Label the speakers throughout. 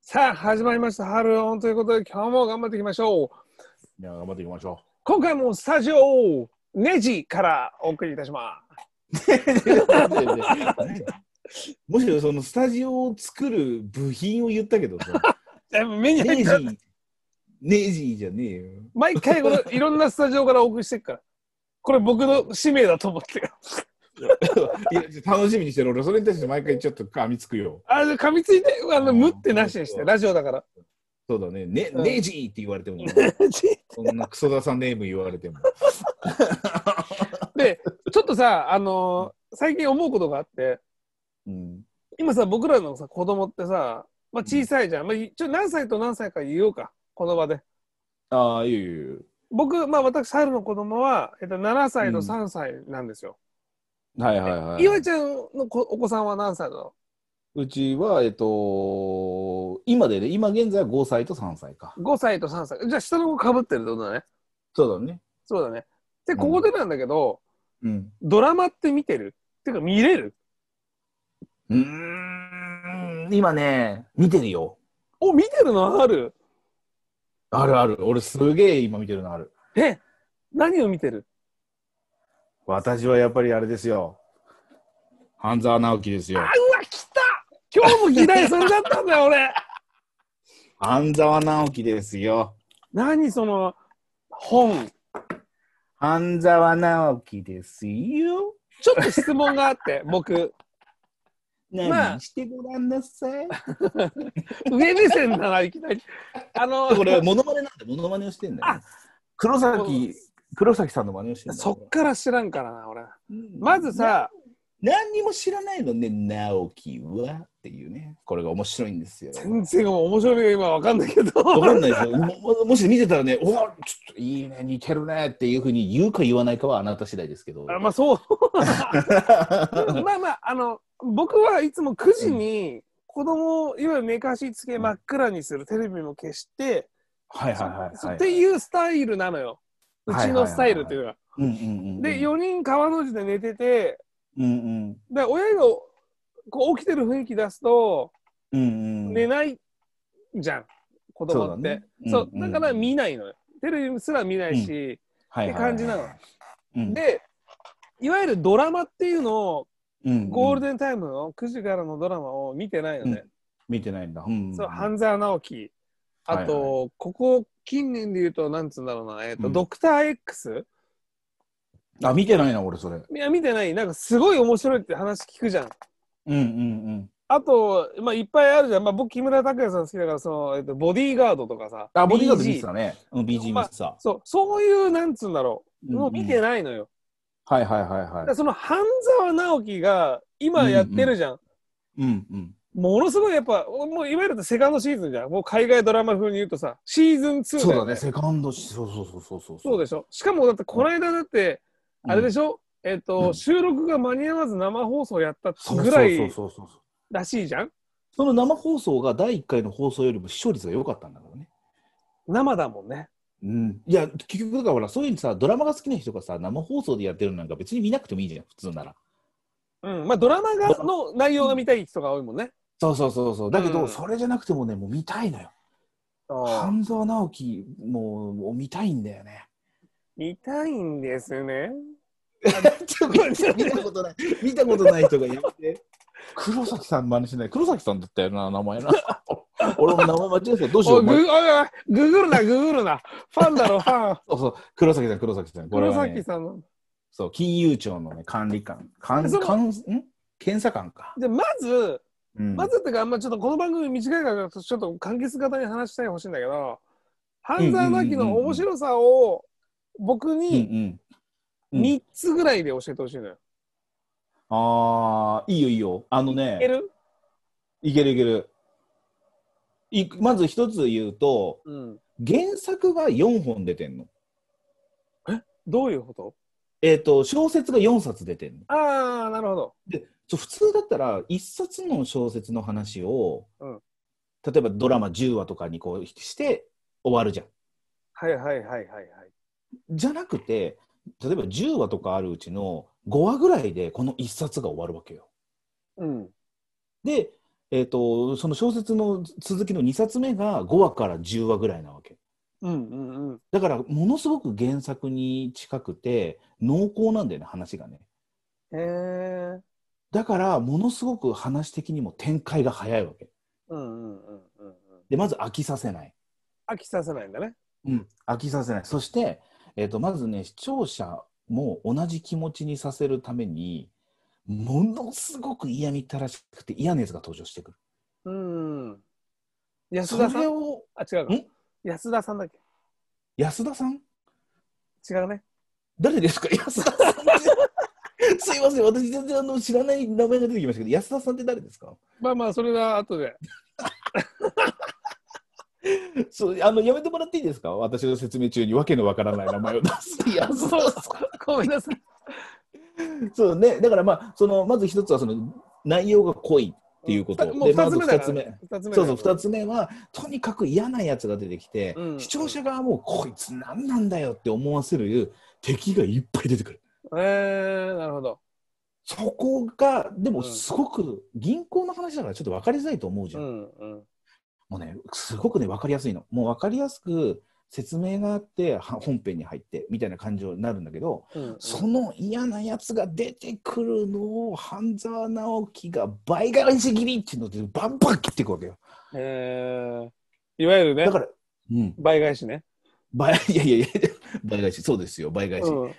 Speaker 1: さあ、始まりました。春オンということで、今日も頑張っていきましょう。
Speaker 2: いや頑張っていきましょ
Speaker 1: 今回もスタジオ、ネジからお送りいたしま
Speaker 2: う。 もしかしてそのスタジオを作る部品を言ったけどさ、
Speaker 1: す。え目に
Speaker 2: ネ
Speaker 1: 入っ
Speaker 2: ジ
Speaker 1: た、
Speaker 2: ネジじゃねえよ。
Speaker 1: 毎回こ のいろんなスタジオからお送りしてるから。これ僕の使命だと思ってる。
Speaker 2: いや楽しみにしてる俺、それに対して毎回ちょっと噛みつくよ。
Speaker 1: あの噛みついて、あの、
Speaker 2: うん
Speaker 1: むってなしにして、ラジオだから。
Speaker 2: そうだね、ね
Speaker 1: うん
Speaker 2: ネジって言われても、そんなクソダサネーム言われても。
Speaker 1: で、ちょっとさ、あのー最近思うことがあって、
Speaker 2: うん、
Speaker 1: 今さ、僕らのさ、子供ってさ、まあ、小さいじゃん。まあ、一応何歳と何歳か言おうか、この場で。
Speaker 2: ああ、いいよいいよいいよ
Speaker 1: 僕、まあ、私、春の子供は、えっと、7歳と3歳なんですよ。
Speaker 2: はいはいはい。
Speaker 1: いわちゃんのこお子さんは何歳だろ
Speaker 2: うちは、えっと、今でね、今現在は5歳と3歳か
Speaker 1: う。?5 歳と3歳。じゃあ、下の子かぶってるってことだね。
Speaker 2: そうだね。
Speaker 1: そうだね。で、
Speaker 2: うん
Speaker 1: ここでなんだけど、
Speaker 2: うん。
Speaker 1: ドラマって見てるっていうか、見れる
Speaker 2: うーん、今ね、見てるよ。
Speaker 1: お、見てるのある
Speaker 2: あるある。俺すげえ今見てるのある。
Speaker 1: え何を見てる
Speaker 2: 私はやっぱりあれですよ。半沢直樹です
Speaker 1: あ、う
Speaker 2: よ
Speaker 1: わ。、来た今日も嫌いそれだったんだよ、俺。
Speaker 2: 半沢直樹ですよ。
Speaker 1: 何その、本。
Speaker 2: 半沢直樹ですよ。
Speaker 1: ちょっと質問があって、 僕、まあ
Speaker 2: 何してごらんなさい。
Speaker 1: 上目線だな、いきなり。あの、
Speaker 2: これ、モノマネなんで、モノマネをしてんだよ、ね。黒崎、黒崎さんの真似をしてんだよ
Speaker 1: そっから知らんからな、俺。
Speaker 2: うん
Speaker 1: まずさ、
Speaker 2: 何にも知らないのね、直樹はっていうね、これが面白いんですよ。
Speaker 1: 全然面白いが今わかんないけど。
Speaker 2: わかんないですよ。ももし見てたらね、おお、ちょっといいね、似てるねっていうふうに言うか言わないかはあなた次第ですけど。
Speaker 1: あまあそう。 まあまあ、あの、僕はいつも9時に子供をいわゆる寝かしつけ真っ暗にする、テレビも消して、
Speaker 2: はいはいはい。
Speaker 1: って
Speaker 2: う。
Speaker 1: いうスタイルなのよ。うちのスタイルっていうのは。
Speaker 2: うんうんうん。
Speaker 1: で、4人川の字で寝てて、
Speaker 2: うんうん。
Speaker 1: で親がこう起きてる雰囲気出すと、
Speaker 2: うんうん。
Speaker 1: 寝ないじゃん、子供って。そう,、だから見ないのよ。テレビすら見ないし、
Speaker 2: っ
Speaker 1: って感じなの。
Speaker 2: の、
Speaker 1: で、いわゆるドラマっていうのを、ゴール
Speaker 2: ン。
Speaker 1: デンタイムの9時からのドラマを見てないので、
Speaker 2: 見てないんだ。うんん
Speaker 1: そう、半沢直樹、あと、
Speaker 2: はい
Speaker 1: ここ近年で言うと、なんつうんだろうな、えっ、と、
Speaker 2: うん
Speaker 1: ドクター X?
Speaker 2: あ、見てないな、俺、それ。
Speaker 1: いや、見てない。なんかすごい面白いって話聞くじゃん。
Speaker 2: うんうんうん。
Speaker 1: あと、まあ、いっぱいあるじゃん。まあ、僕、木村拓哉さん好きだから、その、えっと、ボディーガードとかさ。
Speaker 2: あ、ボディーガード
Speaker 1: BG
Speaker 2: 見てたね。うん、BG 見てた。
Speaker 1: そう、そういう、なんつうんだろう。もう見て
Speaker 2: い。
Speaker 1: ないのよ。
Speaker 2: はいはいはいは
Speaker 1: だから
Speaker 2: い。
Speaker 1: その、半沢直樹が、今やってるじゃん。
Speaker 2: うんうん。
Speaker 1: ものすごいやっぱ、もういわゆるセカンドシーズンじゃん。もう海外ドラマ風に言うとさ、シーズン2
Speaker 2: そう
Speaker 1: よ
Speaker 2: だね、セカンドし、そうそうそうそうそう。
Speaker 1: そうで
Speaker 2: し
Speaker 1: しょ。しかもだって、この間だって、あれで
Speaker 2: し
Speaker 1: しょ、えっ、と、
Speaker 2: うん
Speaker 1: 収録が間に合わず生放送やった
Speaker 2: ょ
Speaker 1: ぐらい
Speaker 2: そうそうそうそう。
Speaker 1: らしいじゃん
Speaker 2: その生放送が第1回の放送よりも視聴率が良かったんだからね。
Speaker 1: 生だもんね。
Speaker 2: うん、いや、結局だからほら、そういうさ、ドラマが好きな人がさ、生放送でやってるのなんか別に見なくてもいいじゃん、普通なら。
Speaker 1: うん。まあ、ドラマがの内容が見たい人が多いもんね。
Speaker 2: そうそうそうそう。だけど、
Speaker 1: うん
Speaker 2: それじゃなくてもね、もう見たいのよ。
Speaker 1: ああ
Speaker 2: 半沢直樹もうもう見たいんだよね。
Speaker 1: 見たいんですね。
Speaker 2: ちょっと待 って見たことない、見たことない人がやめて。黒崎さん真似しない。黒崎さんだったよな、名前な。 俺も名前間違えてた。どうしよ
Speaker 1: お
Speaker 2: う。
Speaker 1: いグ
Speaker 2: お前
Speaker 1: おいおいググるな、ググるな。ファン だろ、ファン。
Speaker 2: そうそう、黒崎さん、黒崎さん。これ
Speaker 1: 黒
Speaker 2: はね
Speaker 1: 崎さんの。
Speaker 2: そう、金融庁のね、管理官。管
Speaker 1: その
Speaker 2: 管ん検査官か。
Speaker 1: じゃあまず、
Speaker 2: うん
Speaker 1: まずってか、あんまちょっとこの番組短いから、ちょっと簡潔型に話してほしいんだけど、半沢直樹の面白さを僕
Speaker 2: うんう
Speaker 1: に
Speaker 2: ん。うん
Speaker 1: 3つぐらいで教えてほしいのよ。
Speaker 2: ああ、いいよいいよ。あのね
Speaker 1: いけ、る
Speaker 2: いけるいける。いまず一つ言うと、
Speaker 1: うん。
Speaker 2: 原作が4本出てんの。
Speaker 1: どういうこと
Speaker 2: えっ、と、小説が4冊出てんの。
Speaker 1: ああ、なるほど。
Speaker 2: そう普通だったら、1冊の小説の話を、
Speaker 1: うん
Speaker 2: 例えばドラマ10話とかにこうして終わるじゃん。
Speaker 1: はいはいはいはいはい。
Speaker 2: じゃなくて、例えば10話とかあるうちの5話ぐらいでこの1冊が終わるわけよ。
Speaker 1: うん。
Speaker 2: で、えっ、と、その小説の続きの2冊目が5話から10話ぐらいなわけ。
Speaker 1: うんうんうん。
Speaker 2: だから、ものすごく原作に近くて、濃厚なんだよね、話がね。
Speaker 1: へえ。
Speaker 2: だから、ものすごく話的にも展開が早いわけ。
Speaker 1: うんうんうんうんうん。
Speaker 2: で、まず飽きさせない。
Speaker 1: 飽きさせないんだね。
Speaker 2: うん、飽きさせない。そして、えー、とまずね、視聴者も同じ気持ちにさせるために、ものすごく嫌みったらしくて嫌なやつが登場してくる。
Speaker 1: うん。安
Speaker 2: そ
Speaker 1: 田さ
Speaker 2: れ
Speaker 1: ん
Speaker 2: を、
Speaker 1: あ、違うか
Speaker 2: ん。
Speaker 1: 安田さんだっけ
Speaker 2: 安田さん
Speaker 1: 違うね。
Speaker 2: 誰ですか安田さんっ てすいません、私全然あの知らない名前が出てきましたけど、安田さんって誰ですか
Speaker 1: まあまあ、それは後で。
Speaker 2: そうあのやめてもらっていいですか私の説明中にわけのわからない名前を出す。安田さん
Speaker 1: ごめんなさい。
Speaker 2: そうね、だからまあ、そのまず一つはその内容が濃いっていうこと。
Speaker 1: ふたもう
Speaker 2: でま
Speaker 1: 二
Speaker 2: ず
Speaker 1: つ目だからね。二つ目だ
Speaker 2: そうそう、
Speaker 1: から
Speaker 2: 二つ目は、とにかく嫌なやつが出てきて、
Speaker 1: うん
Speaker 2: 視聴者側も、こいつ何なんだよって思わせる敵がいっぱい出てくる。
Speaker 1: えー、なるほど。
Speaker 2: そこが、で
Speaker 1: う
Speaker 2: も
Speaker 1: ん
Speaker 2: すごく、銀行の話だからちょっと分かりづらいと思うじ
Speaker 1: う
Speaker 2: ゃん。
Speaker 1: んうん。
Speaker 2: もうね、すごくね、分かりやすいの。もう分かりやすく説明があって、は本編に入って、みたいな感情になるんだけど、
Speaker 1: うんうん
Speaker 2: その嫌なやつが出てくるのを、半沢直樹が倍返し切りっていうので、バンバン切っていくわけよ。
Speaker 1: えー、いわゆるね
Speaker 2: だ、から、うん。
Speaker 1: 倍返しね。
Speaker 2: 倍、 いやいやいや、倍返し、そうですよ、倍返し。
Speaker 1: うん、
Speaker 2: だか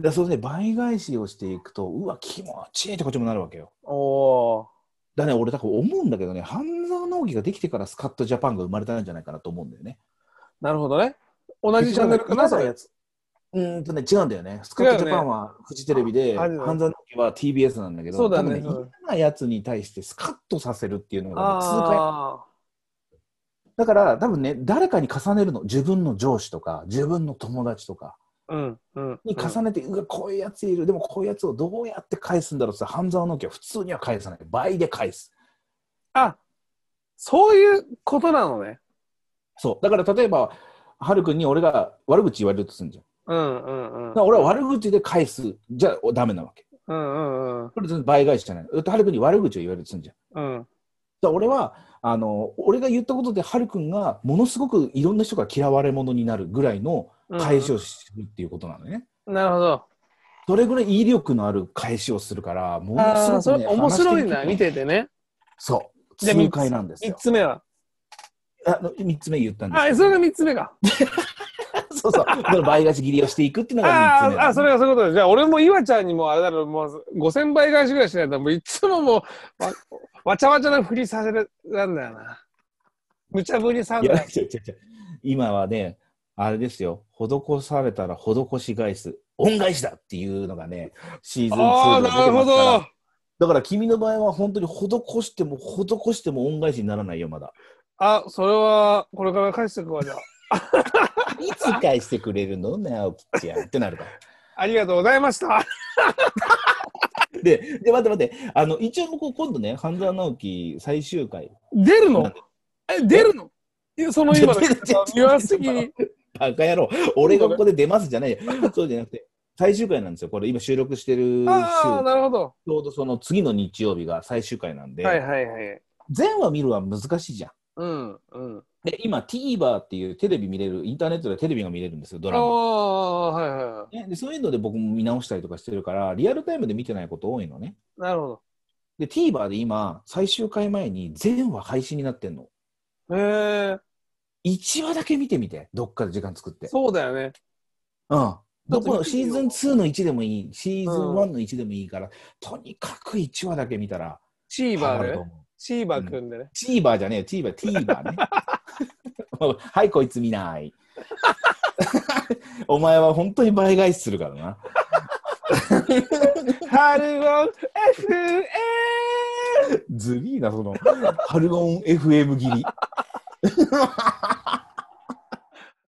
Speaker 2: らそれで倍返しをしていくと、うわ、気持ちいいってこっちもなるわけよ。
Speaker 1: おー。
Speaker 2: だね、俺、だから思うんだけどね、半沢直樹ができてからスカットジャパンが生まれたんじゃないかなと思うんだよね。
Speaker 1: なるほどね。同じチャンネルかな、
Speaker 2: 結
Speaker 1: そ
Speaker 2: 局
Speaker 1: れ
Speaker 2: や。つ。うーんとね、違うんだよね。スカットジャパンはフジテレビで、
Speaker 1: ああるよ
Speaker 2: 半沢直樹は TBS なんだけど、
Speaker 1: そうだね
Speaker 2: 多分嫌なやつに対してスカッとさせるっていうのが、ね、痛快。
Speaker 1: あ
Speaker 2: だから、多分ね、誰かに重ねるの。自分の上司とか、自分の友達とか。
Speaker 1: あ。うんうん。
Speaker 2: に重ねて、うわ、こういうやついる、でもこういうやつをどうやって返すんだろうって、半沢直樹は普通には返さない、倍で返す。
Speaker 1: あそういうことなのね。
Speaker 2: そう、だから例えば、はるくんに俺が悪口言われるとするんじゃ
Speaker 1: う
Speaker 2: ん。
Speaker 1: んうんうん
Speaker 2: だか。ら俺は悪口で返すじゃダメなわけ。
Speaker 1: うんうんうん
Speaker 2: これ全然倍返しじゃない。はるくんに悪口を言われるとするんじゃん。だか
Speaker 1: うん。
Speaker 2: ら俺はあの俺が言ったことではるくんがものすごくいろんな人が嫌われ者になるぐらいの
Speaker 1: うん。
Speaker 2: 返しをするっていうことなのね。
Speaker 1: なるほど。
Speaker 2: それぐらい威力のある返しをするから、も
Speaker 1: ああ、
Speaker 2: のす
Speaker 1: そ
Speaker 2: ごく、
Speaker 1: れ
Speaker 2: ね、
Speaker 1: 面白いんだ、
Speaker 2: 話して
Speaker 1: 見
Speaker 2: みて
Speaker 1: ててね。
Speaker 2: そう、
Speaker 1: じゃあ三
Speaker 2: 痛
Speaker 1: つ
Speaker 2: 快なんです
Speaker 1: 3
Speaker 2: よ。
Speaker 1: つ目は。
Speaker 2: あの3つ目言ったんです
Speaker 1: あ、それが3つ目か。
Speaker 2: そうそう。だから倍返し切りをしていくっていうのが3
Speaker 1: あ
Speaker 2: つ目
Speaker 1: あ、あ、それがそういうことで。じゃあ、俺も岩ちゃんにも、あれだろう、もう5000倍返しぐらいしないと、もういつももう、わ わちゃわちゃなふりさせるなんだよな。無茶ぶりさ
Speaker 2: い
Speaker 1: せ
Speaker 2: や
Speaker 1: ない。
Speaker 2: 違う違う違う今はね、あれですよ。施されたら施し返す。恩返しだっていうのがね、シーズン2
Speaker 1: ああ、
Speaker 2: で出て
Speaker 1: なる
Speaker 2: ま
Speaker 1: ほ
Speaker 2: すから
Speaker 1: ど。
Speaker 2: だから君の場合は本当に施しても施しても恩返しにならないよ、まだ。
Speaker 1: あ、それは、これから返していくわ、じゃあ。
Speaker 2: いつ返してくれるの直樹ちゃんってなるから。
Speaker 1: ありがとうございました。
Speaker 2: で、で、待って待って。あの、一応こう今度ね、半沢直樹最終回
Speaker 1: 出る
Speaker 2: な
Speaker 1: の
Speaker 2: ん
Speaker 1: え、出るのいやその今の
Speaker 2: 出
Speaker 1: ニ
Speaker 2: る出る
Speaker 1: ュアンス的に。
Speaker 2: バカ野郎、俺がここで出ますじゃないよ。そうじゃなくて、最終回なんですよ。これ今収録してる週、ち
Speaker 1: ああ、
Speaker 2: ょ
Speaker 1: なるほど。
Speaker 2: うどその次の日曜日が最終回なんで、
Speaker 1: はいはいはい。
Speaker 2: 全話見るは難しいじゃん。
Speaker 1: うんうん。
Speaker 2: で、今 TVer っていうテレビ見れる、インターネットでテレビが見れるんですよ、ド
Speaker 1: あ
Speaker 2: ラマ。
Speaker 1: あ、はいはいは
Speaker 2: ね、でそういうので僕も見直したりとかしてるから、リアルタイムで見てないこと多いのね。
Speaker 1: い。なるほ
Speaker 2: で、TVer で今、最終回前に全話配信になってんの。
Speaker 1: ど。へ
Speaker 2: 1話だけ見てみて、どっかで時間作って
Speaker 1: え、。そうだよね。
Speaker 2: うん。
Speaker 1: だ
Speaker 2: どこ
Speaker 1: って
Speaker 2: シーズン2の1でもいい、シーズン1の1でもいいから、とにかく1話だけ見たら、
Speaker 1: シーバ
Speaker 2: ハマ
Speaker 1: ーで
Speaker 2: ると
Speaker 1: ね。
Speaker 2: 思う。
Speaker 1: シーバー組んでね。
Speaker 2: チーバーじゃねえよ、チーバー、ティー バーね。はい、こいつ見ない。 お前は本当に倍返しするからな。
Speaker 1: 春を FA!
Speaker 2: ずりーな、その、ハルゴン FM 切り。